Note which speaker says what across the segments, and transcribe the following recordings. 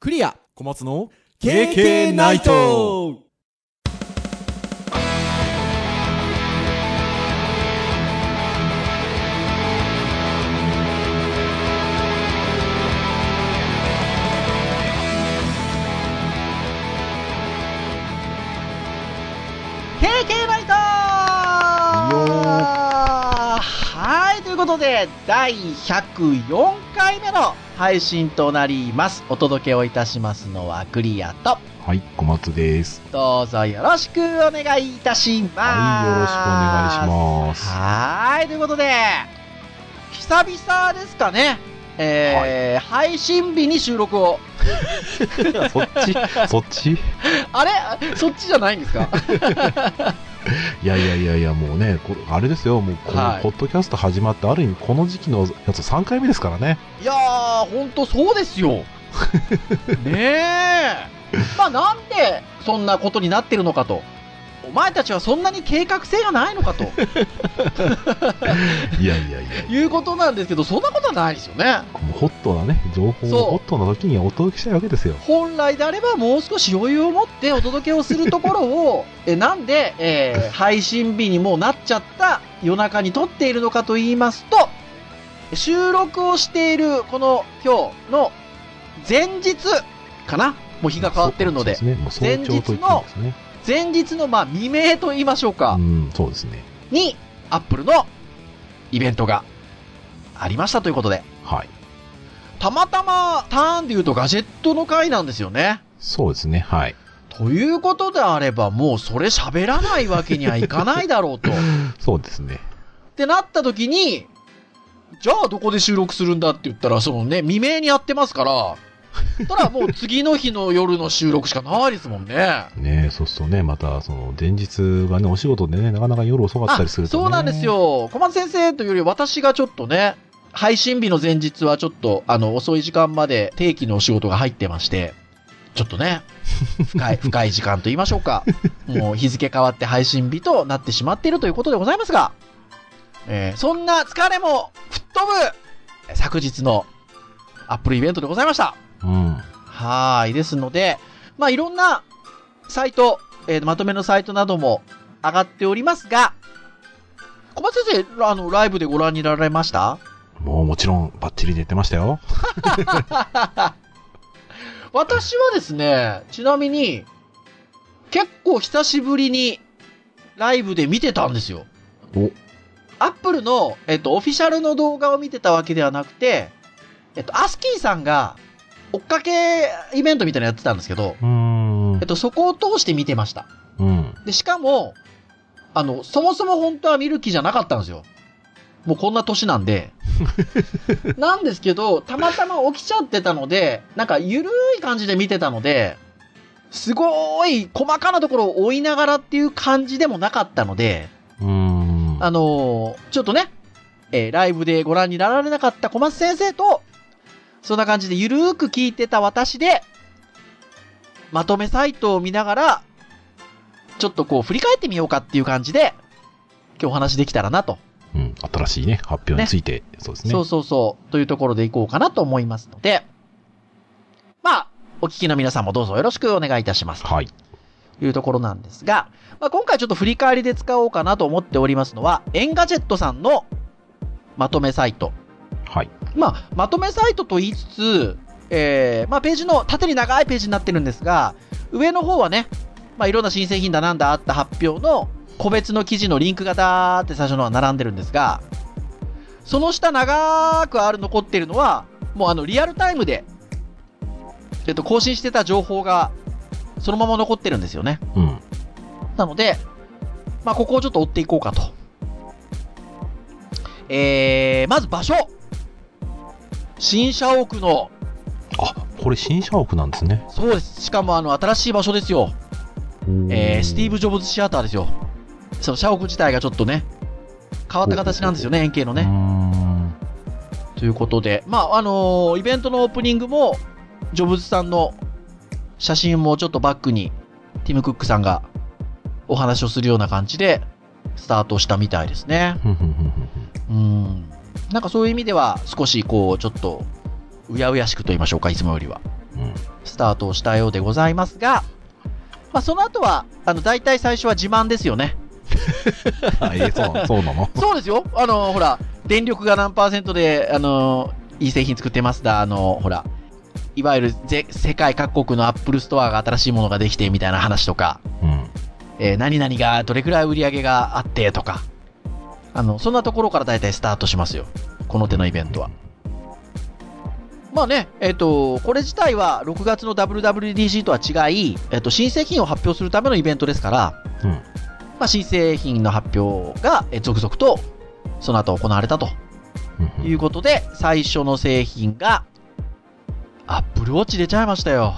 Speaker 1: クリア
Speaker 2: 小松の
Speaker 1: KK ナイト
Speaker 3: ナイトはい、ということで、第104回目の配信となります。お届けをいたしますのはクリアと、
Speaker 4: はい、小松です。
Speaker 3: どうぞよろしくお願いいたします。
Speaker 4: はい、よろしくお願いします。
Speaker 3: はい、ということで、久々ですかね。えー配信日に収録を。
Speaker 4: そっち、 そっち
Speaker 3: あれそっちじゃないんですか
Speaker 4: いやいやいやいや、もうね、こあれですよ、もうこの
Speaker 3: はい
Speaker 4: ポッドキャスト始まって、ある意味この時期のやつ3回目ですからね。
Speaker 3: いやー、ほんとそうですよ。ねえ。まあなんでそんなことになってるのかと。お前たちはそんなに計画性がないのかと
Speaker 4: いやいやいや。
Speaker 3: いうことなんですけど、そんなことはないですよね。
Speaker 4: もうホットなね、情報
Speaker 3: そう
Speaker 4: をホットな時にお届けしたいわけですよ。
Speaker 3: 本来であればもう少し余裕を持ってお届けをするところを、えなんで、えー配信日にもうなっちゃった夜中に撮っているのかと言いますと、収録をしているこの今日の前日かなもう日が変わってるので
Speaker 4: そ、うですね、もう早朝と言っていいですね。
Speaker 3: 前日のまあ未明と言いましょうか
Speaker 4: う、ん、そうですね。
Speaker 3: に、アップルのイベントがありましたということで、
Speaker 4: はい。
Speaker 3: たまたまターンで言うとガジェットの回なんですよね。
Speaker 4: そうですね、はい。
Speaker 3: ということであれば、もうそれ喋らないわけにはいかないだろうと。っ
Speaker 4: そうですね。
Speaker 3: てなった時に、じゃあどこで収録するんだって言ったら、そのね、未明にやってますから、そしたらもう次の日の夜の収録しかないですもんね。
Speaker 4: ねそうするとね、また、その、前日がね、お仕事でね、なかなか夜遅かったりすると、ね。
Speaker 3: そうなんです。よ。小松先生というより私がちょっとね、配信日の前日はちょっと、あの、遅い時間まで定期のお仕事が入ってまして、ちょっ とね、深い、深い時間と言いましょうか。もう日付変わって配信日となってしまっているということでございますが、えーそんな疲れも吹っ飛ぶ、昨日のアップルイベントでございました。
Speaker 4: うん。
Speaker 3: はーい。ですので、まあ、いろんなサイト、えーまとめのサイトなども上がっておりますが、小松先生、あの、ライブでご覧になられました
Speaker 4: もうもちろん、バッチリ出てましたよ。
Speaker 3: 私はですね、ちなみに、結構久しぶりにライブで見てたんですよ。
Speaker 4: お
Speaker 3: アップルの、えっと、オフィシャルの動画を見てたわけではなくて、えっと、アスキーさんが追っかけイベントみたいなのやってたんですけど、
Speaker 4: うーん
Speaker 3: えっ。と、そこを通して見てました。
Speaker 4: うん。
Speaker 3: で、しかも、あの、そもそも本当は見る気じゃなかったんですよ。もうこんな年なんで。なんですけど、たまたま起きちゃってたので、なんかゆるい感じで見てたので、すごい細かなところを追いながらっていう感じでもなかったので、
Speaker 4: うーん。
Speaker 3: あのーちょっとね、えーライブでご覧になられなかった小松先生と、そんな感じでゆるーく聞いてた私で、まとめサイトを見ながら、ちょっとこう振り返ってみようかっていう感じで、今日お話できたらなと。
Speaker 4: うん。新しいね、発表について、そうですね。
Speaker 3: そうそうそう、というところでいこうかなと思いますので、まあ、お聞きの皆さんもどうぞよろしくお願いいたします。
Speaker 4: はい。
Speaker 3: というところなんですが、まあ、今回ちょっと振り返りで使おうかなと思っておりますのは、エンガジェットさんのまとめサイト。
Speaker 4: はい。
Speaker 3: まあ、まとめサイトと言いつつ、えーまあ、ページの縦に長いページになってるんですが、上の方はね、まあ、いろんな新製品だなんだあった発表の個別の記事のリンクがだーって最初のは並んでるんですが、その下長くある残ってるのは、もうあのリアルタイムで、えっと、更新してた情報がそのまま残ってるんですよね。
Speaker 4: うん。
Speaker 3: なので、まあ、ここをちょっと追っていこうかと。えー、まず場所。新社屋の、
Speaker 4: あ、これ新社屋なんですね。
Speaker 3: そうです。しかもあの、新しい場所ですよ。えー、スティーブ・ジョブズ・シアターですよ。その社屋自体がちょっとね、変わった形なんですよね、円形の
Speaker 4: うー
Speaker 3: ね。
Speaker 4: ん。
Speaker 3: ということで、まあ、あのーイベントのオープニングも、ジョブズさんの写真もちょっとバックに、ティム・クックさんがお話をするような感じで、スタートしたみたいですね。
Speaker 4: ふんふんふん
Speaker 3: うん。なんかそういう意味では、少しこう、ちょっと、うやうやしくと言いましょうか、いつもよりは。
Speaker 4: ふんうん。
Speaker 3: ススタートをしたようでございますが、まあ、その後は、あの、大体最初は自慢ですよね。
Speaker 4: あ、ええ そう、そうなの
Speaker 3: そうですよ。あの、ほら、電力が何パーセントで、あの、いい製品作ってますだ、あの、ほら、いわゆるぜ世界各国のアップルストアが新しいものができてみたいな話とか、
Speaker 4: うん。
Speaker 3: えー何々がどれくらい売り上げがあってとか、あの、そんなところから大体スタートしますよ。この手のイベントは。まあね、えっ、と、これ自体は6月の WWDC とは違い、えっ、と、新製品を発表するためのイベントですから、
Speaker 4: うん
Speaker 3: まあ、新製品の発表がえー続々と、その後行われたと
Speaker 4: うん。
Speaker 3: いううことで、最初の製品が、Apple Watch 出ちゃいましたよ。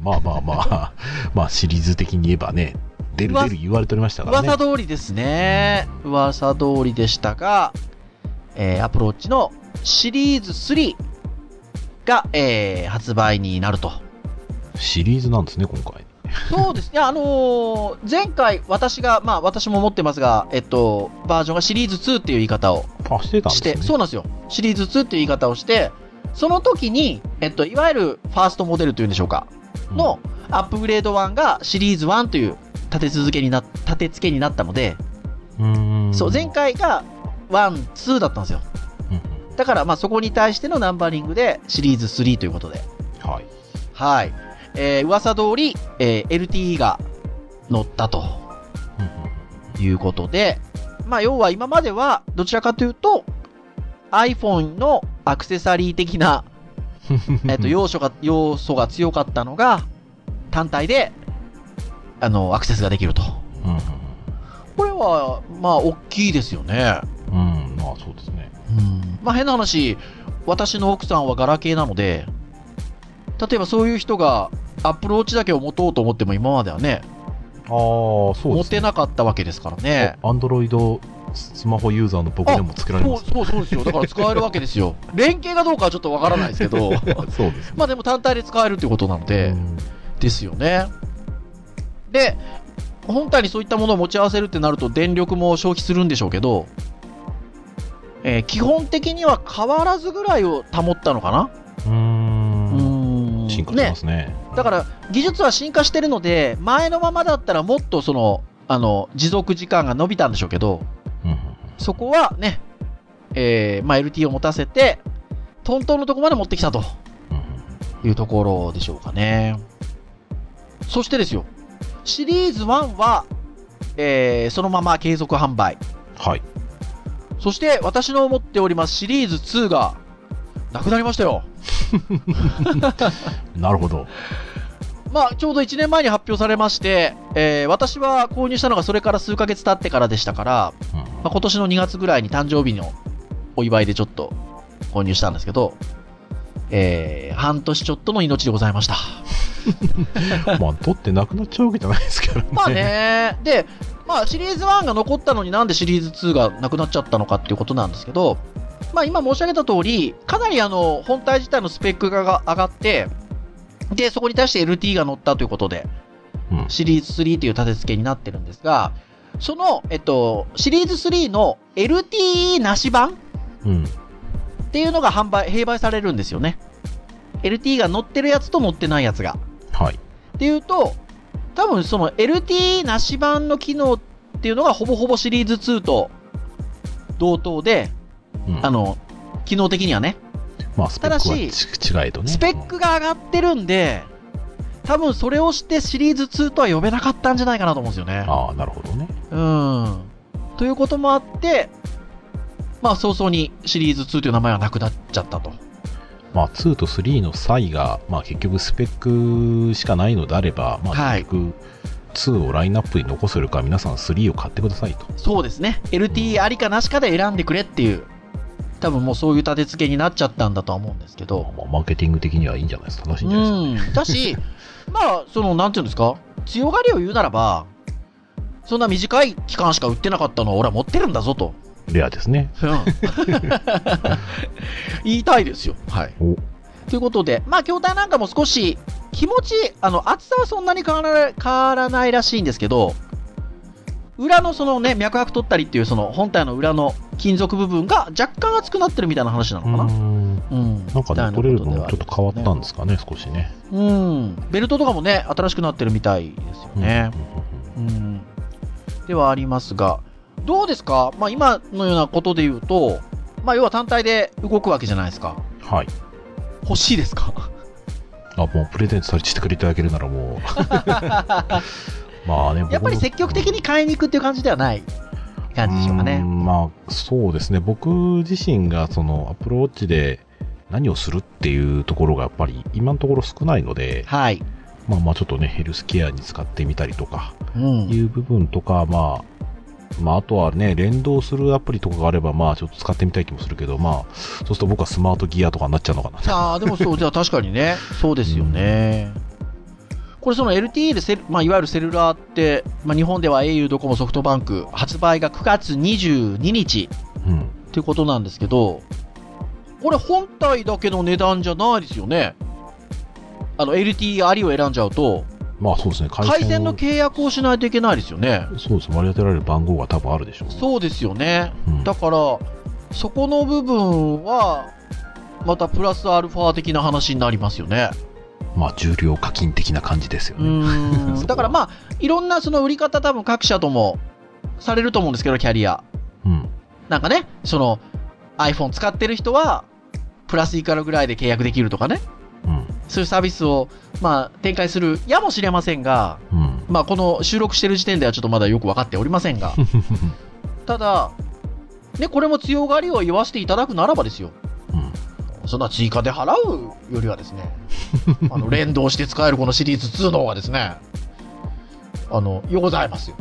Speaker 4: ん まあまあまあ、まあシリーズ的に言えばね、出る出る言われておりましたからね。
Speaker 3: 噂通りですね。噂通りでしたが、えー、Apple Watch のシリーズ3が、えー、発売になると。
Speaker 4: シリーズなんですね、今回。
Speaker 3: そうですね、あのー前回、私が、まあ、私も持ってますが、えっと、バージョンがシリーズ2っていう言い方を
Speaker 4: あ、してたんで
Speaker 3: し
Speaker 4: す
Speaker 3: て、
Speaker 4: ね。
Speaker 3: そうなんですよ、シリーズ2っていう言い方をして、その時に、えっと、いわゆるファーストモデルというんでしょうか、のアップグレード1がシリーズ1という立て続けにな、立て付けになったので、
Speaker 4: うん、
Speaker 3: そう、前
Speaker 4: 回。
Speaker 3: 回が1、2だったんですよ。
Speaker 4: うん
Speaker 3: だから、まあ、そこに対してのナンバリングでシリーズ3ということで。
Speaker 4: うんはい。
Speaker 3: はい。えー、噂通り、えー LTE が乗ったと
Speaker 4: うんうんうん
Speaker 3: いうことで、まあ、要は今までは、どちらかというと、iPhone のアクセサリー的な、えっと、要素が、要素が強かったのが、単体で、あの、アクセスができると。
Speaker 4: うんうん
Speaker 3: これは、まあ、大きいですよね。
Speaker 4: うん、うんまあそうですね。
Speaker 3: うんまあ変な話、私の奥さんはガラケーなので、例えばそういう人がアップルウォッチだけを持とうと思っても今まではね、
Speaker 4: ああ、そう
Speaker 3: 持
Speaker 4: で
Speaker 3: っ
Speaker 4: すね。
Speaker 3: てなかったわけですからね。
Speaker 4: アンドロイドスマホユーザーの僕でもつけられ
Speaker 3: そ
Speaker 4: ま
Speaker 3: う
Speaker 4: す。
Speaker 3: そうそうですよ。だから使えるわけで すよ。連携がどうかはちょっとわからないですけど、
Speaker 4: そうですね。
Speaker 3: まあでも単体で使えるってことなので、
Speaker 4: うん
Speaker 3: ですよね。で、本体にそういったものを持ち合わせるってなると電力も消費するんでしょうけど、えー基本的には変わらずぐらいを保ったのかな
Speaker 4: うーん。
Speaker 3: うん
Speaker 4: 進化して
Speaker 3: ね
Speaker 4: ますね。
Speaker 3: だから技術は進化してるので前のままだったらもっとそのあの持続時間が伸びたんでしょうけど
Speaker 4: うん、
Speaker 3: そこはね、えーまあ、LT を持たせてトントンのとこまで持ってきたと
Speaker 4: うん
Speaker 3: いうところでしょうかねそしてですよシリーズ1は、えーそのまま継続販売
Speaker 4: はい。
Speaker 3: そして私の持っておりますシリーズ2がなくなりましたよ
Speaker 4: なるほど。
Speaker 3: まあ、ちょうど1年前に発表されまして、えー私は購入したのがそれから数ヶ月経ってからでしたから、
Speaker 4: うん
Speaker 3: まあ、今年の2月ぐらいに誕生日のお祝いでちょっと購入したんですけど、えー半年ちょっとの命でございました。
Speaker 4: まあ、取ってなくなっちゃうわけじゃないですからね。
Speaker 3: まあね、 で、まあシリーズ1が残ったのになんでシリーズ2がなくなっちゃったのかっていうことなんですけど、まあ今申し上げた通り、かなりあの、本体自体のスペックが上がって、で、そこに対して LT が乗ったということで、
Speaker 4: うん
Speaker 3: シリーズ3という立て付けになってるんですが、その、えっと、シリーズ3の LTE なし版
Speaker 4: うん。
Speaker 3: っていうのが販売、併売されるんですよね。LTE が乗ってるやつと乗ってないやつが。
Speaker 4: はい。
Speaker 3: っていうと、多分その LTE なし版の機能っていうのがほぼほぼシリーズ2と同等で、
Speaker 4: うん
Speaker 3: あの、機能的にはね、
Speaker 4: まあ、スペックは
Speaker 3: ただ
Speaker 4: ち違えどね。
Speaker 3: スペックが上がってるんで、多分それをしてシリーズ2とは呼べなかったんじゃないかなと思うんですよね
Speaker 4: うん。ああ、なるほどね。
Speaker 3: うん。ということもあって、まあ早々にシリーズ2という名前はなくなっちゃったと。
Speaker 4: まあ、2と3の差異が、まあ、結局スペックしかないのであれば、まあ、
Speaker 3: はい
Speaker 4: 結局、2をラインナップに残せるか、皆さん3を買ってくださいと。
Speaker 3: そうですね。LTE ありかなしかで選んでくれっていう、多分もうそういう立て付けになっちゃったんだとは思うんですけど。
Speaker 4: まあ、マーケティング的にはいいんじゃないですか。正しいんじゃないですか。
Speaker 3: うん。だし、 まあ、その、なんていうんですか、強がりを言うならば、そんな短い期間しか売ってなかったのは俺は持ってるんだぞと。
Speaker 4: レアですね。
Speaker 3: 言いたいですよ。はい
Speaker 4: お。
Speaker 3: ということで、まあ、筐体なんかも少し、気持ち、あの、厚さはそんなに変わら変わらないらしいんですけど、裏のそのね、脈拍取ったりっていう、その本体の裏の金属部分が若干厚くなってるみたいな話なのかな。
Speaker 4: うーん
Speaker 3: うん、、
Speaker 4: なんかね、取れるのもちょっと変わったんですすかね、少しね。
Speaker 3: うん、ベルトとかもね新しくなってるみたいですよ
Speaker 4: うん
Speaker 3: ね、うん、ではありますがどうですか、まあ、今のようなことで言うと、まあ、要は単体で動くわけじゃないですか
Speaker 4: はい。
Speaker 3: 欲しいです か
Speaker 4: あ、もうプレゼントされてくれてあげるなら もう、 まあね、僕も
Speaker 3: やっぱり積極的に買いに行くっていう感じではない感じでしょうか
Speaker 4: うー
Speaker 3: ね
Speaker 4: んまあ、そうですね。僕自身が、その、アプローチで何をするっていうところが、やっぱり、今のところ少ないので、
Speaker 3: はい、
Speaker 4: まあまあ、ちょっとね、ヘルスケアに使ってみたりとか、
Speaker 3: うん
Speaker 4: いう部分とか、まあ、まあ、あとはね、連動するアプリとかがあれば、まあ、ちょっと使ってみたい気もするけど、まあ、そうすると僕はスマートギアとかになっちゃうのかな。
Speaker 3: ああ、でも そう、じゃあ確かにね、そうですよね。これ、その LTE でセル、まあ、いわゆるセルラーって、まあ、日本では au ドコモソフトバンク、発売が9月22日
Speaker 4: うん。
Speaker 3: っていうことなんですけど、これ、本体だけの値段じゃないですよね。あの、LTE ありを選んじゃうと、
Speaker 4: まあ、そうですね。
Speaker 3: 回線の
Speaker 4: を
Speaker 3: 契約をしないといけないですよね。
Speaker 4: そうです。割り当てられる番号が多分あるでしょうね。
Speaker 3: そうですよね。
Speaker 4: うん
Speaker 3: だから、そこの部分は、またプラスアルファ的な話になりますよね。
Speaker 4: まあ、重量課金的な感じですよ
Speaker 3: う
Speaker 4: ね。
Speaker 3: ー
Speaker 4: そこ
Speaker 3: ん
Speaker 4: は
Speaker 3: だからまあいろんなその売り方多分各社ともされると思うんですけどキャリア
Speaker 4: うん。
Speaker 3: なんかねその iPhone 使ってる人はプラスいくらぐらいで契約できるとかね
Speaker 4: うん。
Speaker 3: そういうサービスをまあ展開するやもしれませんが
Speaker 4: うん。
Speaker 3: まあこの収録してる時点ではちょっとまだよく分かっておりませ んがただねこれも強がりを言わせていただくならばですよ
Speaker 4: うん
Speaker 3: そんな追加で払うよりはで すね、あの連動して使えるこのシリーズ2の方がですね、あの、よございますよ。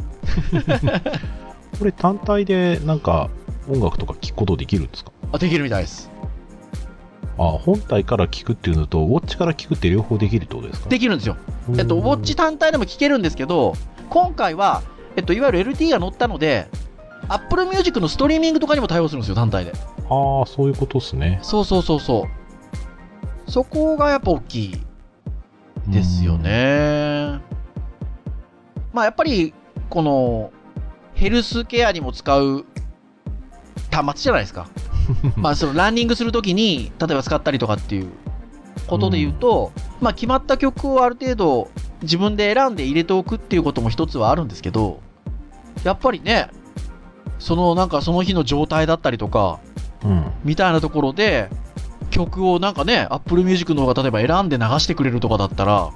Speaker 4: これ単体でなんか音楽とか聴くことできるんですか
Speaker 3: あできるみたいです。
Speaker 4: あ本体から聴くっていうのとウォッチから聴くって両方できるってことですか
Speaker 3: できるんですよ。
Speaker 4: うん
Speaker 3: えっと、ウォッチ単体でも聞けるんですけど、今回は、えっと、いわゆる LT が乗ったので、Apple Music のストリーミングとかにも対応するんですよ、単体で。
Speaker 4: ああそういうことですね
Speaker 3: そうそうそうそう。そこがやっぱ大きいですよね。まあやっぱり、この、ヘルスケアにも使う端末じゃないですか。まあそのランニングするときに、例えば使ったりとかっていうことで言うと、まあ決まった曲をある程度自分で選んで入れておくっていうことも一つはあるんですけど、やっぱりね、そのなんかその日の状態だったりとか、
Speaker 4: うん、うん
Speaker 3: みたいなところで、曲をなんかね、Apple Music の方が例えば選んで流してくれるとかだったら、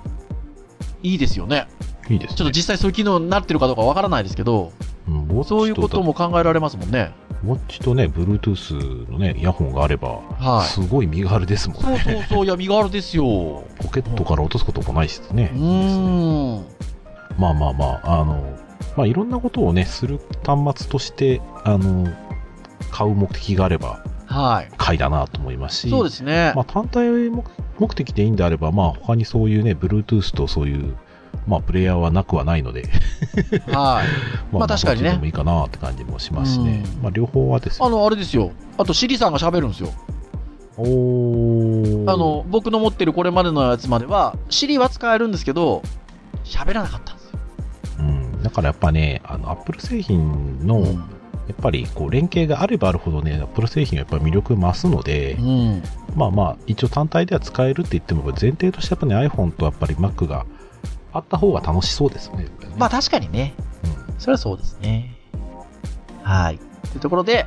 Speaker 3: いいですよね。
Speaker 4: いいですね
Speaker 3: ちょっと実際そういう機能になってるかどうかわからないですけど、
Speaker 4: うんウォッチ
Speaker 3: そういうこと
Speaker 4: だ
Speaker 3: も考えられますもんね。
Speaker 4: ウォッチとね Bluetooth のねイヤホンがあれば、
Speaker 3: はい。
Speaker 4: すごい身軽ですもん
Speaker 3: そう
Speaker 4: ね
Speaker 3: そうそう、いや、身軽ですよ。
Speaker 4: ポケットから落とすこともないしね
Speaker 3: うーん。
Speaker 4: まあまあまああのまあいろんなことをねする端末としてあの買う目的があれば
Speaker 3: は
Speaker 4: 買いだなと思いますし
Speaker 3: い。そうですね
Speaker 4: ま。あ、単体目目的でいいんであれば、まあ、他にそういうね、Bluetooth とそういう、まあ、プレイヤーはなくはないので、
Speaker 3: はい。まあ確かにね
Speaker 4: どっちでもいいかなって感じもしますしね。
Speaker 3: うん
Speaker 4: まあ、両方はです
Speaker 3: あ
Speaker 4: よ。
Speaker 3: の、あれですよ。あと、シリさんが喋るんですよ。
Speaker 4: おー
Speaker 3: あ、の、僕の持ってるこれまでのやつまでは、シリは使えるんですけど、喋らなかったんですよ。
Speaker 4: うん。だからやっぱね、あの、Apple 製品の、やっぱり、こう、連携があればあるほどね、Apple 製品はやっぱ魅力増すので、
Speaker 3: うん。
Speaker 4: まあまあ、一応単体では使えるって言っても、前提としてやっぱね、iPhone とやっぱり Mac があった方が楽しそうですね。
Speaker 3: まあ確かにね。それはそうですね。はい。というところで、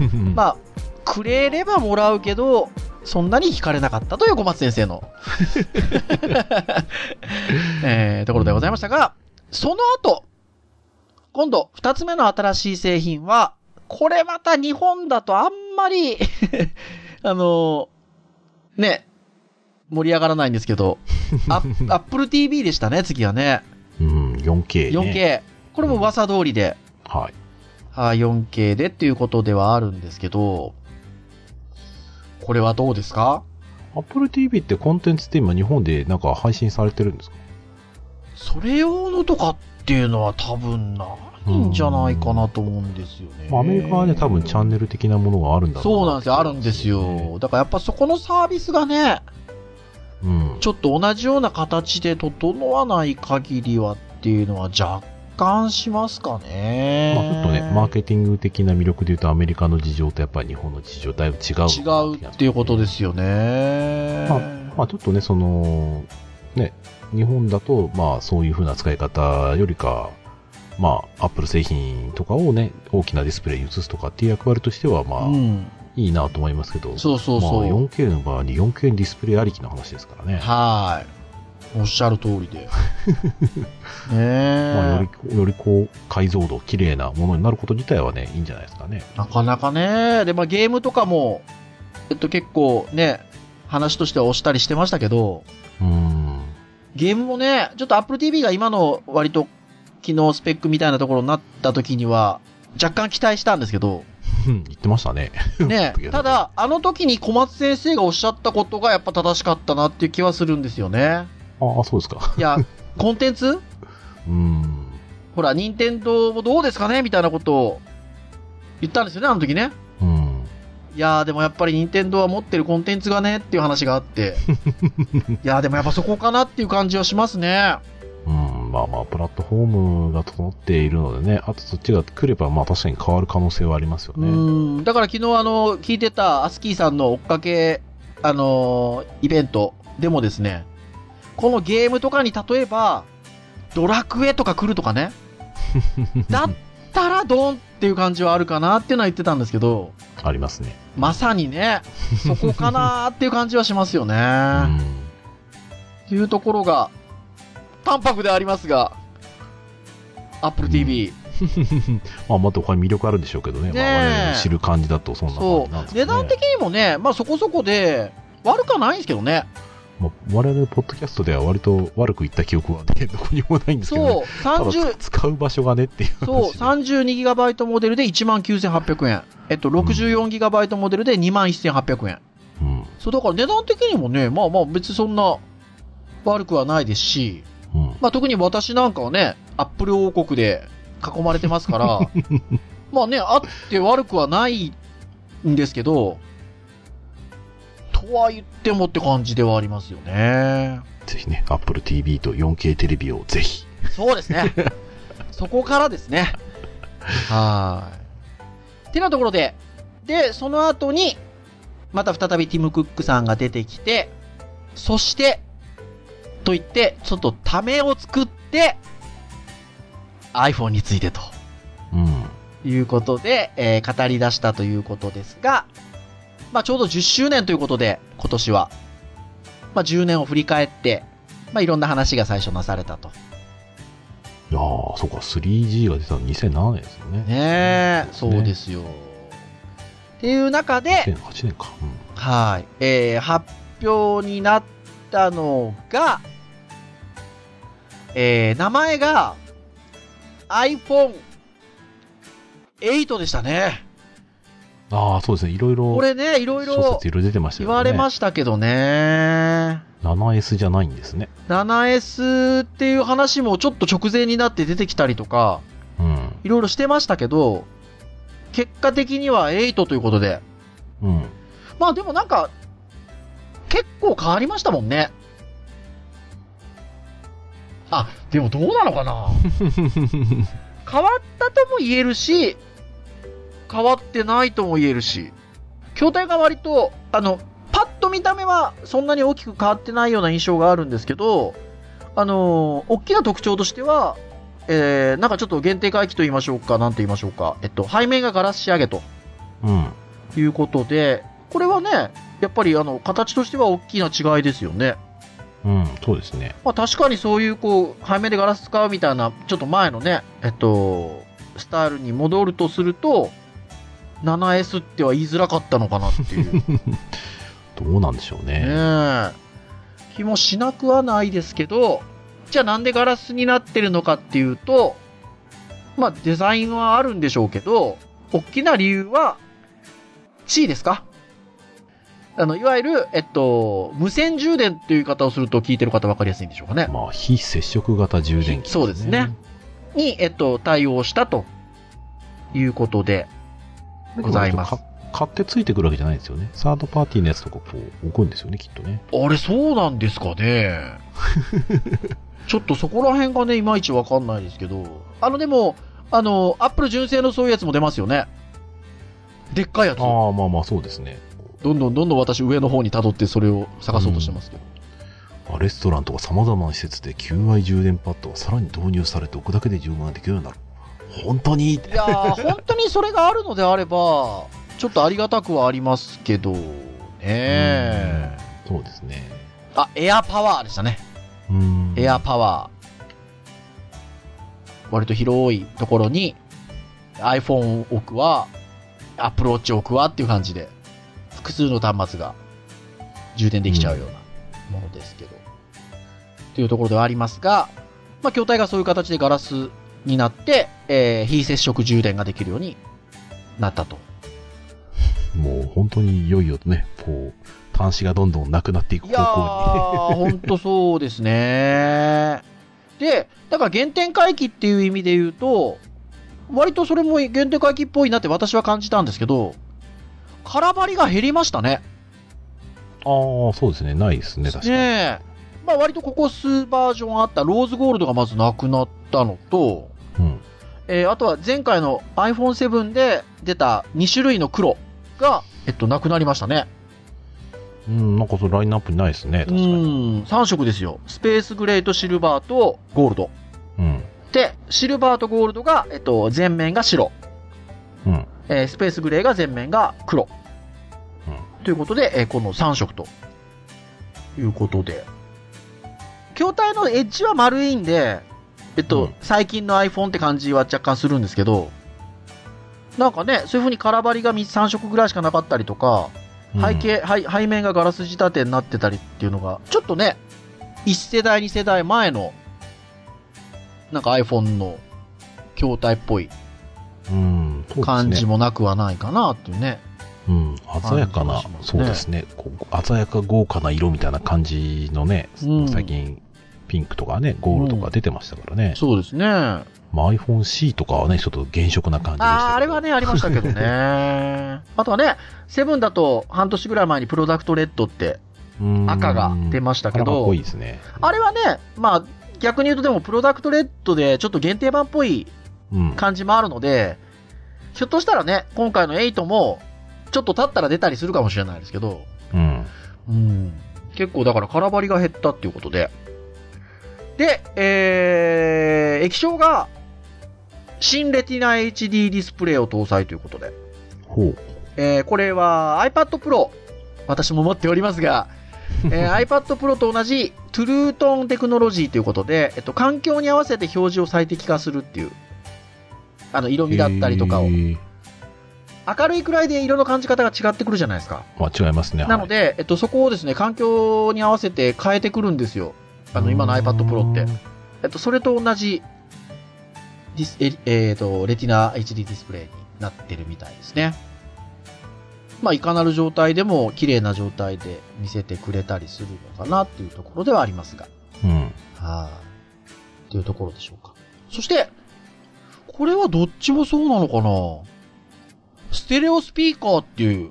Speaker 4: うん、
Speaker 3: まあ、くれればもらうけど、そんなに惹かれなかったという小松先生の、 えーところでございましたが、その後、今度、二つ目の新しい製品は、これまた日本だとあんまり、 あのーね、盛り上がらないんですけど、アップル TV でしたね、次はね。
Speaker 4: うん、4K ね。
Speaker 3: 4K。これも噂通りで、
Speaker 4: はい。
Speaker 3: あー 4K でっていうことではあるんですけど、これはどうですか
Speaker 4: Apple TV ってコンテンツって今日本でなんか配信されてるんですか
Speaker 3: それ用のとかっていうのは多分ないんじゃないかなと思うんですよね。
Speaker 4: まあアメリカはね、多分チャン
Speaker 3: ネ
Speaker 4: ネル的なものがあるんだろ
Speaker 3: そうなんですよ、あるんですよ。。だからやっぱそこのサービスがね、
Speaker 4: うん。
Speaker 3: ちょっと同じような形で整わない限りはっていうのは若干しますかね。
Speaker 4: まあ、ちょっとね、マーケティング的な魅力で言うと、アメリカの事情とやっぱり日本の事情、だいぶ違う。
Speaker 3: 違うっていうことですよね。
Speaker 4: まあ、まあ、ちょっとね、その、ね、日本だと、まあ、そういう風な使い方よりか、まあ、アップル製品とかをね、大きなディスプレイに移すとかっていう役割としては、まあ、
Speaker 3: うん。
Speaker 4: いいなと思いますけど、
Speaker 3: そうそうそう。
Speaker 4: まあ、4K の場合に 4K ディスプレイありきの話ですからね。
Speaker 3: はい。おっしゃる通 りで。ねえ、
Speaker 4: まあ、より、よりこう、解像度、綺麗なものになること自体はね、いいんじゃないですかね。
Speaker 3: なかなかね。で、まあゲームとかも、えっと結構ね、話としては押したりしてましたけど、
Speaker 4: うーん。
Speaker 3: ゲームもね、ちょっと Apple TV が今の割と機能スペックみたいなところになった時には、若干期待したんです けど、
Speaker 4: 言ってましたね。
Speaker 3: ね
Speaker 4: い、や
Speaker 3: ただ、あの時に小松先生がおっしゃったことがやっぱ正しかったなっていう気はするんですよね。
Speaker 4: ああ、そうですか。
Speaker 3: いや、コンテンツ
Speaker 4: うーん。
Speaker 3: ほら、任天堂もどうですかねみたいなことを言ったんですよね、あの時ね。
Speaker 4: うん。
Speaker 3: いやー、でもやっぱり任天堂は持ってるコンテンツがねっていう話があって。いやー、でもやっぱそこかなっていう感じはしますね。
Speaker 4: うん、まあまあ、プラットフォームが整っているのでね、あとそっちが来れば、まあ確かに変わる可能性はありますよ
Speaker 3: う
Speaker 4: ね。うん
Speaker 3: ーん、だから昨日あの、聞いてたアスキーさんの追っかけ、あのーイベントでもですね、このゲームとかに例えば、ドラクエとか来るとかね。だったらドンっていう感じはあるかなっていうのは言ってたんですけど、
Speaker 4: ありますね。
Speaker 3: まさに ね、そこかなーっていう感じはしますよね。
Speaker 4: うん。
Speaker 3: っていうところが、淡白でありますが、Apple TV。
Speaker 4: まあ、また他に魅力あるんでしょうけどね。
Speaker 3: ねえ
Speaker 4: まあ、我々の知る感じだとそんな感
Speaker 3: そ
Speaker 4: じなんで
Speaker 3: う。
Speaker 4: すかね。
Speaker 3: 値段的にもね、まあそこそこで、悪くはないんですけどね。
Speaker 4: まあ、我々のポッドキャストでは割と悪く言った記憶はね、どこにもないんですけど、ね、
Speaker 3: そう、
Speaker 4: ただ
Speaker 3: 30、
Speaker 4: 使う場所がねっていう話
Speaker 3: そう、
Speaker 4: で
Speaker 3: 32GB モデルで19,800円。えっと、64GB モデルで21,800円。
Speaker 4: うん。
Speaker 3: そう、だから値段的にもね、まあまあ別にそんな悪くはないですし、
Speaker 4: うん。
Speaker 3: まあ、特に私なんかはね、アップル王国で囲まれてますから、まあね、あって悪くはないんですけど、とは言ってもって感じではありますよね。
Speaker 4: ぜひね、Apple TV と 4K テレビをぜひ。
Speaker 3: そうです ね。そこからですね。はーい。てなところで、で、その後に、また再びティム・クックさんが出てきて、そして、と言って、ちょっとためを作って、iPhone についてと
Speaker 4: うん。
Speaker 3: いうことで、えー語り出したということですが、まあちょうど10周年ということで、今年は、まあ10年を振り返って、まあいろんな話が最初なされたと。
Speaker 4: いやー、そうか、3G が出たの2007年ですよね。。
Speaker 3: ねえ、そうですすよ。っていう中で、
Speaker 4: 2008年か。うん。
Speaker 3: はい、えー、発表になったのが、えー、名前が iPhone8 でしたね。
Speaker 4: ああ、そうですね。いろいろ、
Speaker 3: これね、いろい
Speaker 4: 諸
Speaker 3: ろ
Speaker 4: 説いろいろ出てました
Speaker 3: 言
Speaker 4: よ
Speaker 3: わ
Speaker 4: ね。
Speaker 3: れましたけどね。
Speaker 4: 7S じゃないんですね。
Speaker 3: 7S っていう話もちょっと直前になって出てきたりとか、
Speaker 4: うん。
Speaker 3: いろいろしてましたけど、結果的には8ということで、
Speaker 4: うん。
Speaker 3: まあでもなんか、結構変わりましたもんね。あ、でもどうなのかな変わったとも言えるし、変わってないとも言えるし、筐体が割と、あの、パッと見た目はそんなに大きく変わってないような印象があるんですけど、あのー大きな特徴としては、えー、なんかちょっと限定回帰と言いましょうか、なんて言いましょうか、えっと、背面がガラス仕上げと。
Speaker 4: うん。
Speaker 3: ということで、これはね、やっぱりあの形としては大きな違いですよね。
Speaker 4: うん。そうですね。
Speaker 3: まあ、確かにそういうこう背面でガラス使うみたいな、ちょっと前のね、えっと、スタイルに戻るとすると、7S っては言いづらかったのかなっていう、ね
Speaker 4: どうなんでしょうね。
Speaker 3: え、気もしなくはないですけど、じゃあなんでガラスになってるのかっていうと、まあデザインはあるんでしょうけど、大きな理由は C ですかあの、いわゆる、えっと、無線充電っていう言い方をすると聞いてる方分かりやすいんでしょうかね。
Speaker 4: まあ、非接触型充電器、
Speaker 3: そうですね。に、えっと、対応したということでございます
Speaker 4: か。。買ってついてくるわけじゃないですよね。サードパーティーのやつとかこう置くんですよね、きっとね。
Speaker 3: あれ、そうなん ですかね。ちょっとそこら辺がね、いまいちわかんないですけど、あの、でも、あの、アップル純正のそういうやつも出ますよね。でっかいやつ。
Speaker 4: ああ、まあまあそうですね。
Speaker 3: どんどんどんどん私上の方に辿ってそれを探そうとしてますけど。
Speaker 4: まあレストランとか様々な施設で QI 充電パッドはさらに導入されて置くだけで充電ができるようになる。本当に
Speaker 3: いやー、本当にそれがあるのであれば、ちょっとありがたくはありますけど、ね
Speaker 4: そうですね。
Speaker 3: あ、エアパワーでしたね。
Speaker 4: うん。
Speaker 3: エアパワー。割と広いところに iPhone 置くわ、Apple Watch 置くわっていう感じで、複数の端末が充電できちゃうようなものですけど。というところではありますが、まあ、筐体がそういう形でガラスになって、えー非接触充電ができるようになったと。
Speaker 4: もう本当にいよいよとね、こう、端子がどんどんなくなっていく
Speaker 3: いや
Speaker 4: 方向
Speaker 3: ー、ほんとそうですね。で、だから原点回帰っていう意味で言うと、割とそれも原点回帰っぽいなって私は感じたんですけど、空張りが減りましたね。
Speaker 4: に。ああ、そうですね。ないですね、確かに。
Speaker 3: ねえ。まあ割とここ数バージョンあったローズゴールドがまずなくなったのと、
Speaker 4: うん。
Speaker 3: えーあとは前回の iPhone7 で出た2種類の黒が、えっと、なくなりましたね。
Speaker 4: うん、なんかそのラインナップにないですね、確か
Speaker 3: う
Speaker 4: に。
Speaker 3: ん、3色ですよ。スペースグレーとシルバーとゴールド。
Speaker 4: うん。
Speaker 3: で、シルバーとゴールドが、えっと、前面が白、
Speaker 4: うん。
Speaker 3: えースペースグレーが前面が黒。
Speaker 4: う
Speaker 3: ということで、えーこの3色と。いうことで。筐体のエッジは丸いんで、えっと、
Speaker 4: うん
Speaker 3: 最近の iPhone って感じは若干するんですけど、なんかね、そういう風に空張りが3色ぐらいしかなかったりとか、
Speaker 4: うん
Speaker 3: 背景、背背面がガラス仕立てになってたりっていうのが、ちょっとね、1世代、2世代前の、なんか iPhone の筐体っぽい
Speaker 4: うん、そうですね
Speaker 3: 感じもなくはないかなっていうね。
Speaker 4: うん、鮮やかな、
Speaker 3: 感じがします
Speaker 4: そ
Speaker 3: ね
Speaker 4: うですねこう鮮やか豪華な色みたいな感じのね、
Speaker 3: うん
Speaker 4: 最近、ピンクとかね、ゴールドとか出てましたからね。
Speaker 3: そうですね。あ
Speaker 4: まあ、iPhone-C とかはね、ちょっと原色な感じでしたけ
Speaker 3: あ
Speaker 4: ど
Speaker 3: ー、あれはね、ありましたけど ね。あとはね、セブンだと半年ぐらい前にプロダクトレッドって
Speaker 4: うん
Speaker 3: 赤が出ましたけ
Speaker 4: あれかっ
Speaker 3: ど
Speaker 4: こいい、ですね。
Speaker 3: あれはね、まあ逆に言うとでもプロダクトレッドでちょっと限定版っぽい
Speaker 4: うん。
Speaker 3: 感じもあるので、ひょっとしたらね、今回の8も、ちょっと経ったら出たりするかもしれないですけど、
Speaker 4: うん。
Speaker 3: うん。結構だから空張りが減ったっていうことで。で、えー、液晶が、新レティナ HD ディスプレイを搭載ということで、
Speaker 4: ほう。
Speaker 3: えー、これは iPad Pro、私も持っておりますが、えー iPad Pro と同じ True Tone テクノロジーということで、えっと、環境に合わせて表示を最適化するっていう、あの、色味だったりとかを
Speaker 4: へ。ー
Speaker 3: 明るいくらいで色の感じ方が違ってくるじゃないですか。
Speaker 4: まあ、違いますね。
Speaker 3: なの
Speaker 4: はい、
Speaker 3: で、えっと、そこをですね、環境に合わせて変えてくるんですよ。あの、今の iPad Pro って。えっと、それと同じ、ディスえ、えーと、レティナ HD ディスプレイになってるみたいですね。まあ、いかなる状態でも、綺麗な状態で見せてくれたりするのかなっていうところではありますが。
Speaker 4: うん。うん。
Speaker 3: はい。というところでしょうか。そして、これはどっちもそうなのかなステレオスピーカーっていう、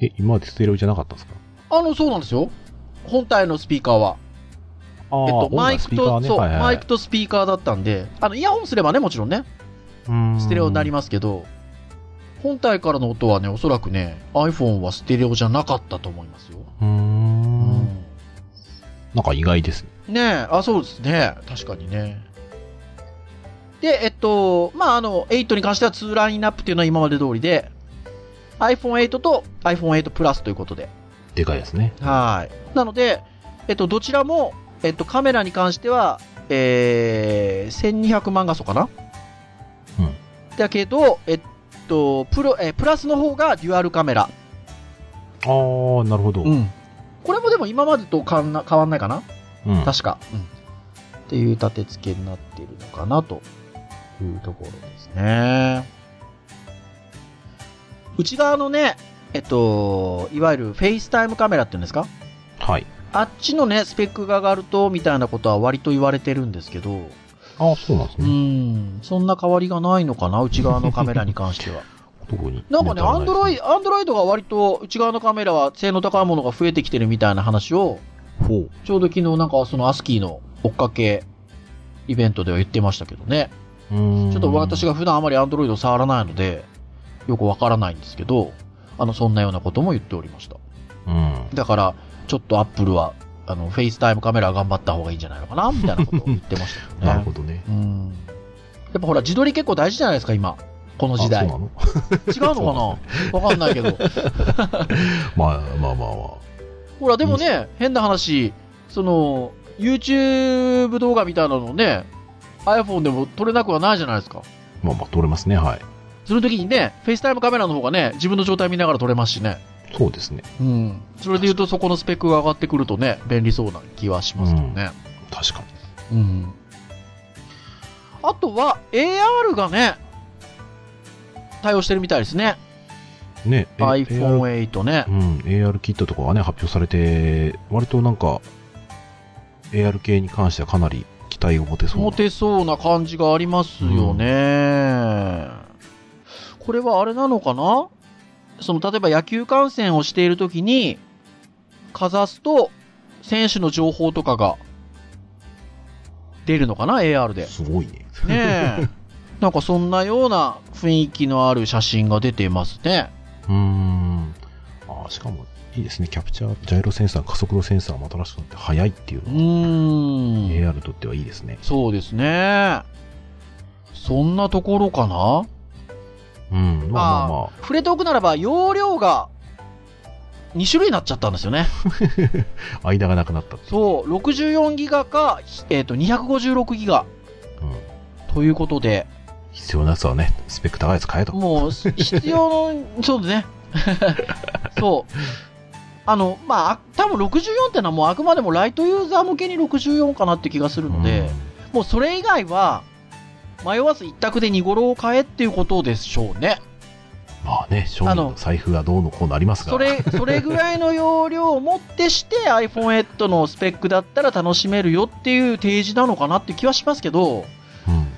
Speaker 4: え、今までステレオじゃなかったんですか
Speaker 3: あの、そうなんですよ。本体のスピーカーは。
Speaker 4: あ
Speaker 3: えっ
Speaker 4: あ、
Speaker 3: と、
Speaker 4: 音楽
Speaker 3: マイク
Speaker 4: スピーカ
Speaker 3: と、
Speaker 4: ーね
Speaker 3: そう、
Speaker 4: はいはい
Speaker 3: マイクとスピーカーだったんで、あの、イヤホンすればね、もちろんね、
Speaker 4: うん
Speaker 3: ステレオになりますけど、本体からの音はね、おそらくね、iPhone はステレオじゃなかったと思いますよ。
Speaker 4: うー。
Speaker 3: うんん
Speaker 4: なんか意外ですね。
Speaker 3: ねえ、あ、そうですね。確かにね。で、えっと、まあ、あの、8に関しては2ラインナップっていうのは今まで通りで、iPhone8 と iPhone8 Plus ということで。
Speaker 4: でかいですね。
Speaker 3: はい。なので、えっと、どちらも、えっと、カメラに関しては、えー、1200万画素かなだけど、えっと、プロ、えープラスの方がデュアルカメラ。
Speaker 4: ああ、なるほど。うん。
Speaker 3: これもでも今までと変わんな変わんないかな確か、っていう立て付けになっているのかなというところですね。内側のね、えっと、いわゆるフェイスタイムカメラっていうんですか
Speaker 4: はい。
Speaker 3: あっちのね、スペックが上がると、みたいなことは割と言われてるんですけど、
Speaker 4: ああ、そうなんです
Speaker 3: う
Speaker 4: ね。
Speaker 3: ん、そんな変わりがないのかな、内側のカメラに関しては。
Speaker 4: 特に。
Speaker 3: なんかね、アンドロイ
Speaker 4: ド。
Speaker 3: ド、アンドロイドが割と内側のカメラは性能高いものが増えてきてるみたいな話を、
Speaker 4: ほう。
Speaker 3: ちょうど昨日なんかそのアスキーの追っかけイベントでは言ってましたけどね。
Speaker 4: うん
Speaker 3: ちょっと私が普段あまり Android を触らないので、よくわからないんですけど、あの、そんなようなことも言っておりました。
Speaker 4: うん。
Speaker 3: だから、ちょっと Apple は、あの、FaceTime カメラ頑張った方がいいんじゃないのかなみたいなことを言ってましたけ ど
Speaker 4: なる
Speaker 3: ね
Speaker 4: ほ。どね。
Speaker 3: うん。やっぱほら、自撮り結構大事じゃないですか、今。この時代。
Speaker 4: あ
Speaker 3: 違
Speaker 4: そううなの
Speaker 3: のかなわかんないけど。
Speaker 4: まあまあまあ
Speaker 3: ほら、でもね、変な話、その、YouTube 動画みたいなのね、iPhone でも撮れなくはないじゃないですか。
Speaker 4: まあ。まあまあ、取れますね。はい。
Speaker 3: その時にね、FaceTime カメラの方がね、自分の状態見ながら撮れますしね。
Speaker 4: そうですね。
Speaker 3: うん。それで言うと、そこのスペックが上がってくるとね、便利そうな気はしますけどね。
Speaker 4: 確か
Speaker 3: うん。あとは、AR がね、対応してるみたいですね。
Speaker 4: に。ね。え AR
Speaker 3: iPhone8 ね
Speaker 4: う。ん。AR キットとかがね、発表されて、割となんか、AR 系に関してはかなり期待を持てそうな。
Speaker 3: モテそうな感じがありますよね。これはあれなのかなその、例えば野球観戦をしているときに、かざすと、選手の情報とかが、出るのかな ?AR で。
Speaker 4: すごいね。
Speaker 3: ねえ。なんかそんなような雰囲気のある写真が出てますね。
Speaker 4: うーん。あーしかも、いいですね。キャプチャー、ジャイロセンサー、加速度センサーも新しくなって速いっていう
Speaker 3: う
Speaker 4: のは、
Speaker 3: ーん。
Speaker 4: AR にとってはいいですね。
Speaker 3: そうですね。そんなところかな
Speaker 4: うん。まあまあまあ。
Speaker 3: 触れておくならば、容量が2種類になっちゃったんですよね。
Speaker 4: 間がなくなったっていう。
Speaker 3: そう、64ギガか、えっ、と、256ギガ
Speaker 4: うん。
Speaker 3: ということで、
Speaker 4: 必要なやつはね、スペック高いやつ買えと。
Speaker 3: もう、す必要の、そうですね。 そう。あの、まああ、多分64ってのはもうあくまでもライトユーザー向けに64かなって気がするので、もうそれ以外は、迷わず一択で2頃を買えっていうことでしょうね。
Speaker 4: まあね、商
Speaker 3: あ
Speaker 4: 品
Speaker 3: の
Speaker 4: の財布がどうのこうなりますが。
Speaker 3: それ、それぐらいの容量をもってして iPhone8 のスペックだったら楽しめるよっていう提示なのかなって気はしますけど、
Speaker 4: うん。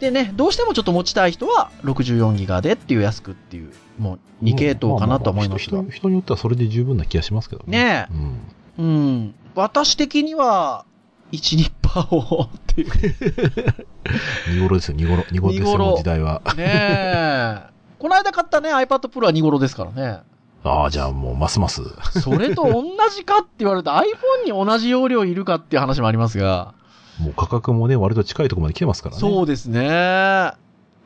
Speaker 3: でね、どうしてもちょっと持ちたい人は 64GB でっていう安くっていう、もう2系統かなとは思います
Speaker 4: まあ
Speaker 3: が
Speaker 4: まあ人。人によってはそれで十分な気がしますけどね。
Speaker 3: ね
Speaker 4: うん。
Speaker 3: え、うん。私的には、1、2%をっていう。
Speaker 4: 見頃ですよ、見頃。見頃です
Speaker 3: 見
Speaker 4: よ、
Speaker 3: 頃
Speaker 4: もう時代は。
Speaker 3: ねえ。この間買ったね、iPad Pro は2頃ですからね。
Speaker 4: ああ、じゃあもうますます。
Speaker 3: それと同じかって言われると iPhone に同じ容量いるかっていう話もありますが。
Speaker 4: もう価格もね、割と近いところまで来てますからね。
Speaker 3: そうですね。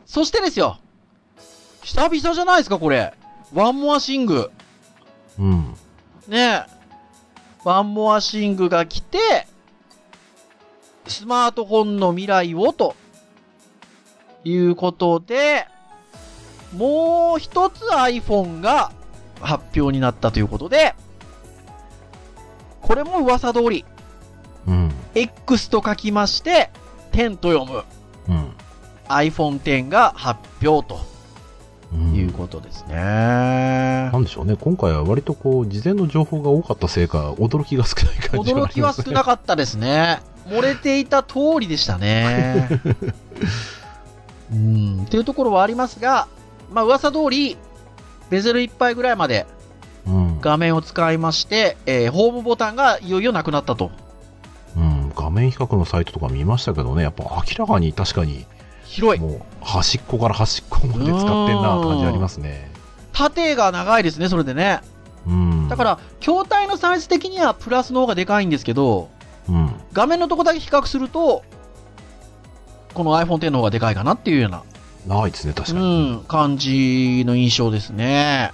Speaker 3: そしてですよ。久々じゃないですか、これ。ワンモアシング。
Speaker 4: うん。
Speaker 3: ねえ。ワンモアシングが来て、スマートフォンの未来をと、いうことで、もう一つ iPhone が発表になったということで、これも噂通り、
Speaker 4: うん。
Speaker 3: X と書きまして、10と読む。
Speaker 4: うん。
Speaker 3: iPhone X が発表と
Speaker 4: うん
Speaker 3: いうことですね
Speaker 4: な。んでしょうね、今回は割とこう、事前の情報が多かったせいか、驚きが少ない感じがありますね。
Speaker 3: 驚きは少なかったですね。漏れていた通りでしたね。うん、というところはありますが、まあ噂通り、ベゼル1杯ぐらいまで
Speaker 4: うん。
Speaker 3: 画面を使いまして、えーホームボタンがいよいよなくなったと。
Speaker 4: うん、画面比較のサイトとか見ましたけどね、やっぱ明らかに確かに、
Speaker 3: 広い。
Speaker 4: もう端っこから端っこまで使ってんなって感じありますね。
Speaker 3: 縦が長いですね、それでね。
Speaker 4: うん。
Speaker 3: だか、ら、筐体のサイズ的にはプラスの方がでかいんですけど、
Speaker 4: うん。
Speaker 3: 画面のとこだけ比較すると、この iPhone X の方がでかいかなっていうような、
Speaker 4: ないですね、確かに。
Speaker 3: うん、感じの印象ですね。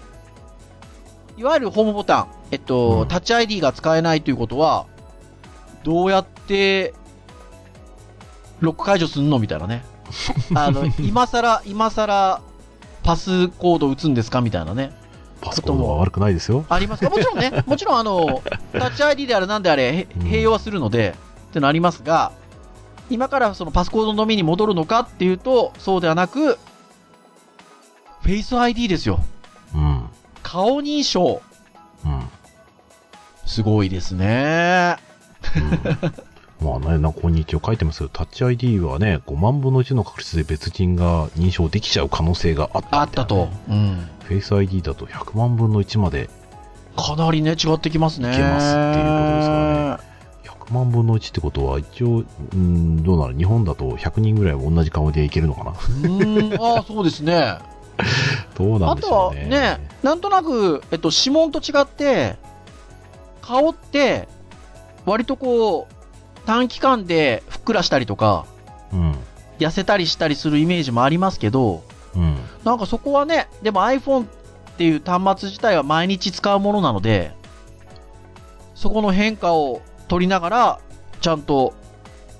Speaker 3: いわゆるホームボタン、えっと、
Speaker 4: うん
Speaker 3: タッチ ID が使えないということは、どうやって、ロック解除すんのみたい なね。あの、今更、今更、パスコード打つんですかみたいなね。
Speaker 4: パソコンは悪くないですよ。
Speaker 3: ありますかもちろ んね、もちろんあの、タッチ ID であれなんであれ、へ
Speaker 4: うん
Speaker 3: 併用はするので、ってのありますが、今からそのパスコードのみに戻るのかっていうと、そうではなく、フェイス ID ですよ。
Speaker 4: うん。
Speaker 3: 顔認証。
Speaker 4: うん。
Speaker 3: すごいですね。
Speaker 4: うん、まあね、なんかこんにちは書いてますけど、タッチ ID はね、5万分の1の確率で別人が認証できちゃう可能性があったみいな
Speaker 3: あったと。。うん。
Speaker 4: フェイス ID だと100万分の1まで
Speaker 3: かなりね、違ってきますね。
Speaker 4: いけますっていうことですからね。100 100万分の1ってことは、一応、うん、どうなる日本だと100人ぐらいは同じ顔でいけるのかな
Speaker 3: うん、ああ、そうですね。
Speaker 4: どうなん
Speaker 3: あ
Speaker 4: でし
Speaker 3: と
Speaker 4: ょ
Speaker 3: は
Speaker 4: うね。
Speaker 3: ね、なんとなく、えっと、指紋と違って、顔って、割とこう、短期間でふっくらしたりとか、
Speaker 4: うん。
Speaker 3: 痩せたりしたりするイメージもありますけど、
Speaker 4: うん。
Speaker 3: なんかそこはね、でも iPhone っていう端末自体は毎日使うものなので、そこの変化を取りながら、ちゃんと、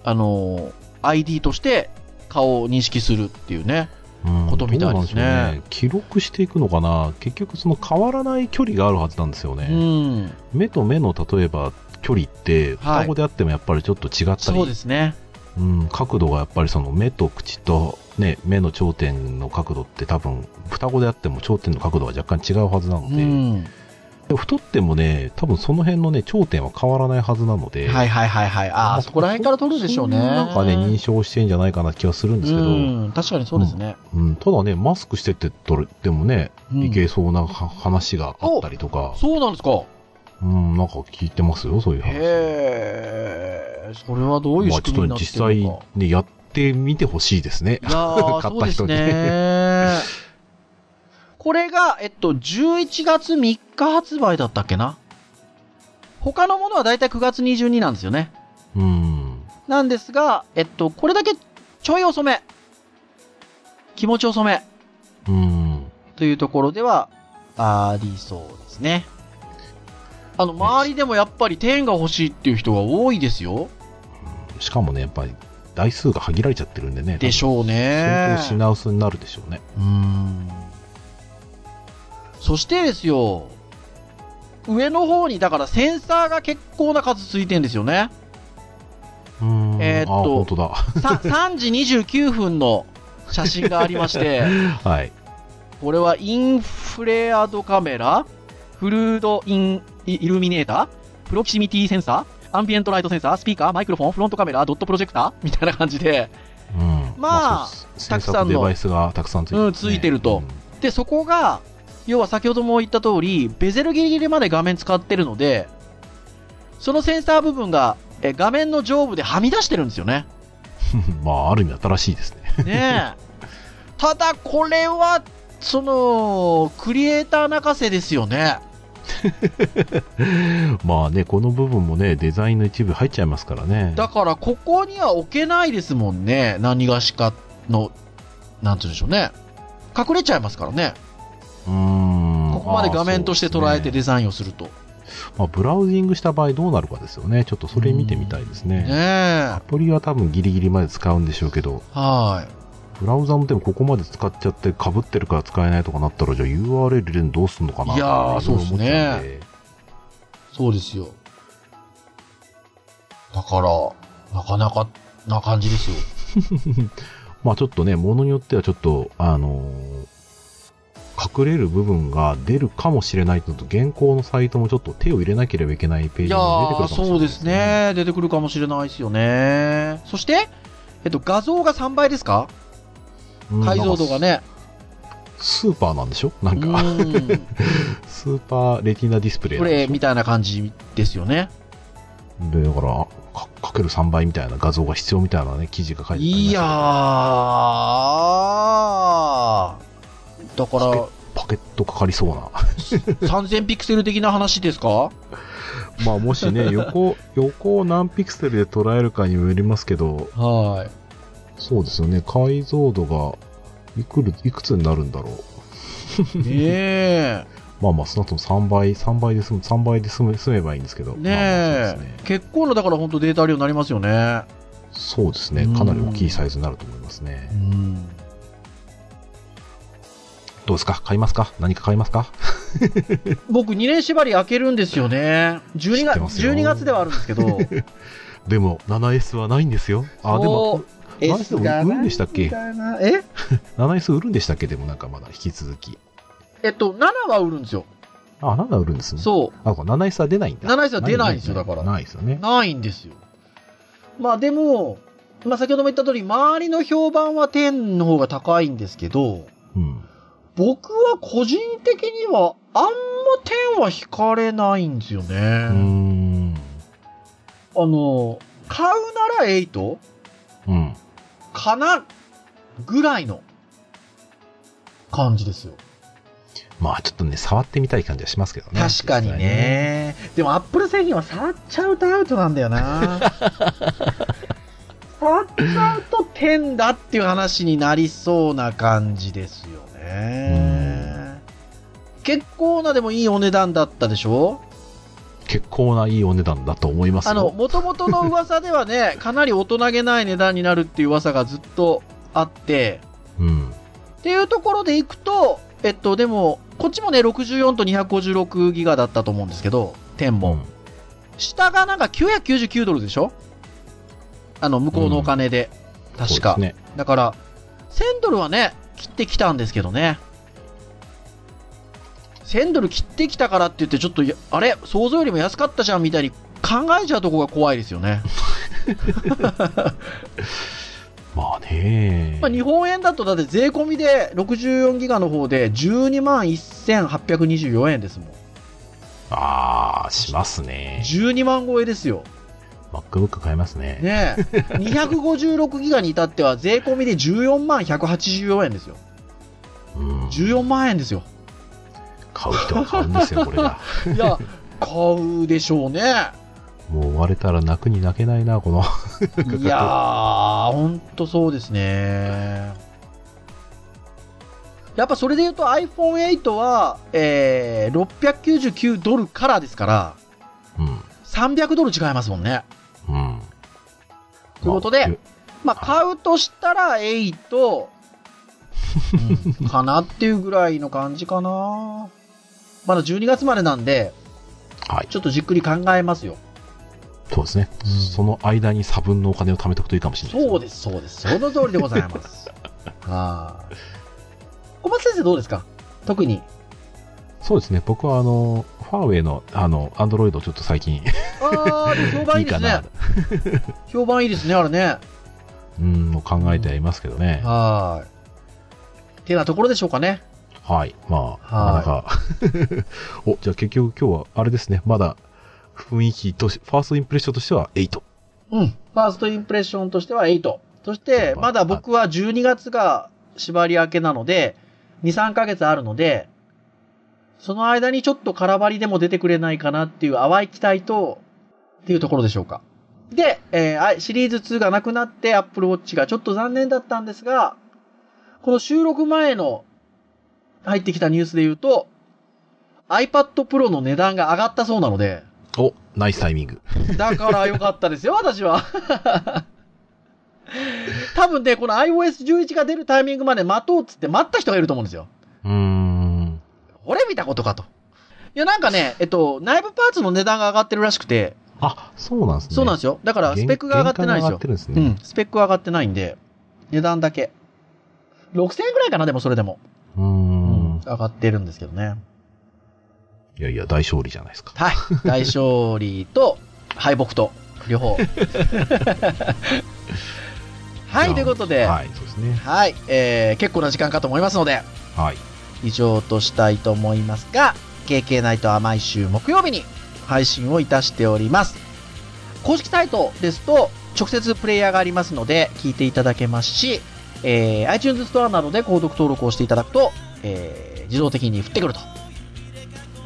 Speaker 3: あのー ID として顔を認識するっていうね。
Speaker 4: うん
Speaker 3: ことみたいですね
Speaker 4: どうなんでしょう記録していくのかな結局その変わらない距離があるはずなんですよ
Speaker 3: う
Speaker 4: ね、
Speaker 3: ん。
Speaker 4: 目と目の例えば距離って
Speaker 3: はい
Speaker 4: 双子であってもやっぱりちょっと違ったり、
Speaker 3: そうですね。
Speaker 4: うん、角度がやっぱりその目と口と、ね、目の頂点の角度って多分双子であっても頂点の角度は若干違うはずなの
Speaker 3: う
Speaker 4: で,、
Speaker 3: ん。
Speaker 4: でも太ってもね多分その辺のね頂点は変わらないはずなので、
Speaker 3: はいはいはいはい。あ
Speaker 4: ま
Speaker 3: あ、そこら辺から取るでしょうね。
Speaker 4: そんななんかね認証してんじゃないかな気がするんですけど、うん
Speaker 3: うん、確かにそうですね。
Speaker 4: ただねマスクしてってとるでもね
Speaker 3: うん
Speaker 4: いけそうなは話があったりとか、
Speaker 3: そうなんですか。
Speaker 4: うん、なんか聞いてますよ、そういう話。
Speaker 3: へえ、それはどういう
Speaker 4: まあ
Speaker 3: 仕
Speaker 4: ちょ
Speaker 3: 組
Speaker 4: っと実
Speaker 3: みになってるのか。
Speaker 4: 際ね、やってみてほしいですね
Speaker 3: い。やー
Speaker 4: 買っ
Speaker 3: そう
Speaker 4: た
Speaker 3: です
Speaker 4: 人に
Speaker 3: ね。これが、えっと、11月3日発売だったっけな他のものはだいたい9月22なんですよね。
Speaker 4: うん。
Speaker 3: なんですが、えっと、これだけちょい遅め。気持ち遅め。
Speaker 4: うん。
Speaker 3: というところでは、ありそうですね。あの、周りでもやっぱり10が欲しいっていう人が多いですよ。
Speaker 4: しかもね、やっぱり台数が限られちゃってるんでね。
Speaker 3: でしょう
Speaker 4: 多分相。
Speaker 3: ね
Speaker 4: 当品薄になるでしょうね。
Speaker 3: うーんそしてですよ、上の方に、だからセンサーが結構な数ついてんですよね。
Speaker 4: うん。
Speaker 3: えーっと
Speaker 4: あ、本当だ。
Speaker 3: さ 3時29分の写真がありまして、
Speaker 4: はい。
Speaker 3: これはインフレアドカメラ、フルードインイイルミネーター、プロキシミティセンサー、アンビエントライトセンサー、スピーカー、マイクロフォン、フロントカメラ、ドットプロジェクターみたいな感じで、
Speaker 4: うん。
Speaker 3: まあ
Speaker 4: そう
Speaker 3: た
Speaker 4: 制
Speaker 3: くさんの
Speaker 4: 作デバイスがたくさんついて
Speaker 3: うんついてるとで、そこが、要は先ほども言った通り、ベゼルギリギリまで画面使ってるので、そのセンサー部分がえ画面の上部ではみ出してるんですよね。
Speaker 4: うんまあ、ある意味新しいですね。
Speaker 3: ねえ。ただ、これは、その、クリエイター泣かせですよね。
Speaker 4: まあね、この部分もね、デザインの一部入っちゃいますからね。
Speaker 3: だから、ここには置けないですもんね。何がしかの、なんて言うんでしょうね。隠れちゃいますからね。
Speaker 4: うん。
Speaker 3: ここまで画面として捉え
Speaker 4: あ
Speaker 3: て
Speaker 4: ーそうですね
Speaker 3: デザインをすると。ね
Speaker 4: まあ、ブラウジングした場合どうなるかですよね。ちょっとそれ見てみたいですね。
Speaker 3: え
Speaker 4: ア。プリは多分ギリギリまで使うんでしょうけど、
Speaker 3: はい。
Speaker 4: ブラウザもでもここまで使っちゃって被ってるから使えないとかなったら、じゃあ URL 入れるのどうすんのかなとかね
Speaker 3: いやー
Speaker 4: ろろ思っちゃんで
Speaker 3: そうですよ。だから、なかなかな感じですよ。
Speaker 4: まあちょっとね、ものによってはちょっと、あのー隠れる部分が出るかもしれないと、現行のサイトもちょっと手を入れなければいけないペー
Speaker 3: い
Speaker 4: ジ
Speaker 3: や
Speaker 4: も出てくるか
Speaker 3: ー、
Speaker 4: もしれな
Speaker 3: そ
Speaker 4: いう
Speaker 3: です。ね。出てくるかもしれないですよね。そして、えっと、画像が3倍ですか
Speaker 4: うん
Speaker 3: 解像度
Speaker 4: な
Speaker 3: が。
Speaker 4: んか
Speaker 3: ね。
Speaker 4: スーパーなんでしょな
Speaker 3: うん
Speaker 4: か、
Speaker 3: ん。
Speaker 4: スーパーレティナディスプレイ
Speaker 3: プ
Speaker 4: なんでしょ
Speaker 3: レイみたいな感じですよね。
Speaker 4: で、だから、かかける3倍みたいな画像が必要みたいなね、記事が書いてありま
Speaker 3: い
Speaker 4: し
Speaker 3: やー。
Speaker 4: た
Speaker 3: だか
Speaker 4: けど
Speaker 3: ら、
Speaker 4: パケットかかりそうな。
Speaker 3: 3000ピクセル的な話ですか
Speaker 4: まあ、もし ね、横、横を何ピクセルで捉えるかにもよりますけど、
Speaker 3: はい。
Speaker 4: そうですよね、解像度が、いくる、いくつになるんだろう。
Speaker 3: ねえ。
Speaker 4: まあまあ、その後も3倍、3倍で済む、3倍で済む、済めばいいんですけど。
Speaker 3: ね
Speaker 4: まあまあそうです
Speaker 3: え
Speaker 4: ね。
Speaker 3: 結構な、だから本当データ量になりますよね。
Speaker 4: そうですね。かなり大きいサイズになると思いますね。
Speaker 3: うん。
Speaker 4: どうですか買いますか何か買いますか
Speaker 3: 僕2年縛り開けるんですよね12
Speaker 4: 知っ
Speaker 3: 月
Speaker 4: てますよ
Speaker 3: 12月ではあるんですけど
Speaker 4: でも、7S はないんですよ。 あ、でも、
Speaker 3: そう
Speaker 4: 何しても売るんでしたっけ
Speaker 3: S がないんだよなえ
Speaker 4: 7S 売るんでしたっけでもなんかまだ引き続き。
Speaker 3: えっと7は売るんですよ
Speaker 4: あ、7売るんですね。
Speaker 3: そ
Speaker 4: あ、これ7 S は出ないん
Speaker 3: う
Speaker 4: だ。
Speaker 3: 7 S は出ないんですよだから
Speaker 4: ないですよね。
Speaker 3: ないんですよまあでも、まあ、先ほども言った通り周りの評判は10の方が高いんですけど
Speaker 4: うん。
Speaker 3: 僕は個人的にはあんま10は惹かれないんですよ
Speaker 4: うー
Speaker 3: ね、
Speaker 4: ん。
Speaker 3: あの、買うなら 8?
Speaker 4: うん。
Speaker 3: かなぐらいの感じですよ。
Speaker 4: まあちょっとね、触ってみたい感じはしますけどね。
Speaker 3: 確かに
Speaker 4: 実際ね。
Speaker 3: ね。でもアップル製品は触っちゃうとアウトなんだよ な。触っちゃうと点だっていう話になりそうな感じですよね。結構なでもいいお値段だったでしょ
Speaker 4: 結構ないいお値段だと思いますよ。
Speaker 3: あの、元々の噂では ね、かなり大人げない値段になるっていう噂がずっとあって、
Speaker 4: うん。
Speaker 3: っていうところでいくと、えっと、でも、こっちもね、64と256ギガだったと思うんですけど、10も。
Speaker 4: うん
Speaker 3: 下がなんか999ドルでしょあの、向こうのお金で。確か。
Speaker 4: そうですね。
Speaker 3: だから、1000ドルはね、切ってきたんですけどね。1000ドル切ってきたからって言って、ちょっとや、あれ想像よりも安かったじゃんみたいに考えちゃうとこが怖いです よね。
Speaker 4: まあね。
Speaker 3: まあ、日本円だとだって税込みで64ギガの方で12万1824円ですもん。
Speaker 4: ああ、しますね。
Speaker 3: 12万超えですよ。
Speaker 4: MacBook 買えますね。
Speaker 3: ねえ。256ギガに至っては税込みで14万184円ですよ。
Speaker 4: うん。
Speaker 3: 14万円ですよ。
Speaker 4: 買う人は買うんですよ、これ が。
Speaker 3: いや、買うでし ょうね。
Speaker 4: もう割れたら泣くに泣けないな、この。
Speaker 3: いやー、ほんとそうですね。やっぱそれで言うと iPhone8 は、えー、699ドルからですから、
Speaker 4: うん。
Speaker 3: 300ドル違いますもんね。
Speaker 4: うん。
Speaker 3: ということで
Speaker 4: まあ
Speaker 3: まあ、買うとしたら8、うん、かなっていうぐらいの感じかな。まだ12月までなんで、
Speaker 4: はい。
Speaker 3: ちょっとじっくり考えますよ。
Speaker 4: そうですね。
Speaker 3: うん
Speaker 4: その間に差分のお金を貯めておくといいかもしれない
Speaker 3: そう
Speaker 4: ですね。
Speaker 3: です、そうです。その通りでござい ます。はい。小松先生どうですか特に。
Speaker 4: そうですね。僕は、あの、ファーウェイの、あの、アンドロイドちょっと最近、
Speaker 3: ああ、でも評判
Speaker 4: いい
Speaker 3: いいで
Speaker 4: か
Speaker 3: す
Speaker 4: な
Speaker 3: ね。。評判いいですね、あれね。
Speaker 4: うん、もう考えてはいますけどね。
Speaker 3: はーい。てなところでしょうかね。
Speaker 4: はい。ま
Speaker 3: は
Speaker 4: あ、なんか、 お、じゃあ結局今日は、あれですね。まだ、雰囲気とし、ファーストインプレッションとしては8。
Speaker 3: うん。ファーストインプレッションとしては8。そして、まだ僕は12月が縛り明けなので、2、3ヶ月あるので、その間にちょっと空張りでも出てくれないかなっていう淡い期待と、っていうところでしょうか。で、えーあシリーズ2がなくなって Apple Watch がちょっと残念だったんですが、この収録前の入ってきたニュースで言うと、iPad Pro の値段が上がったそうなので、
Speaker 4: お、ナイスタイミング。
Speaker 3: だから良かったですよ、私は。 多分ね、この iOS11 が出るタイミングまで待とうっつって待った人がいると思うんですよ。
Speaker 4: うーん。
Speaker 3: 俺見たことかと。いや、なんかね、えっと、内部パーツの値段が上がってるらしくて、
Speaker 4: あ、そうなんですね。。
Speaker 3: そうなんですすよ。だから、スペックが上がってないんです
Speaker 4: 原価が上が
Speaker 3: よ。
Speaker 4: ってるん
Speaker 3: う
Speaker 4: ですね。
Speaker 3: ん、スペックは上がってないんで、値段だけ。6000円ぐらいかな、でもそれでも。
Speaker 4: うーん。
Speaker 3: 上がってるんですけどね。
Speaker 4: いやいや、大勝利じゃないですか。
Speaker 3: はい。大勝利と敗北と、両方。はい、ということで、
Speaker 4: はい、そうですね。
Speaker 3: はい、えー結構な時間かと思いますので、
Speaker 4: はい。
Speaker 3: 以上としたいと思いますが、KK ナイトは毎週木曜日に配信をいたしております。公式サイトですと、直接プレイヤーがありますので、聞いていただけますし、えー iTunes ストアなどで購読登録をしていただくと、えー自動的に降ってくると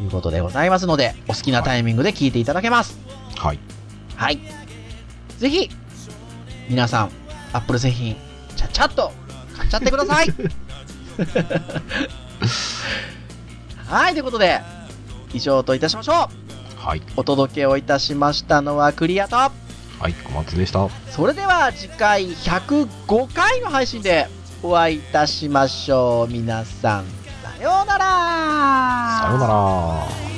Speaker 3: いうことでございますので、お好きなタイミングで聞いていただけます。
Speaker 4: はい。
Speaker 3: はい。ぜひ、皆さん、アップル製品、ちゃっちゃっと買っちゃってくださ い。はい、ということで、以上といたしましょ
Speaker 4: はい。
Speaker 3: う。お届けをいたしましたのはクリアと、
Speaker 4: はい、小松でした。
Speaker 3: それでは次回105回の配信でお会いいたしましょう。皆さん、さようなら。
Speaker 4: さようなら。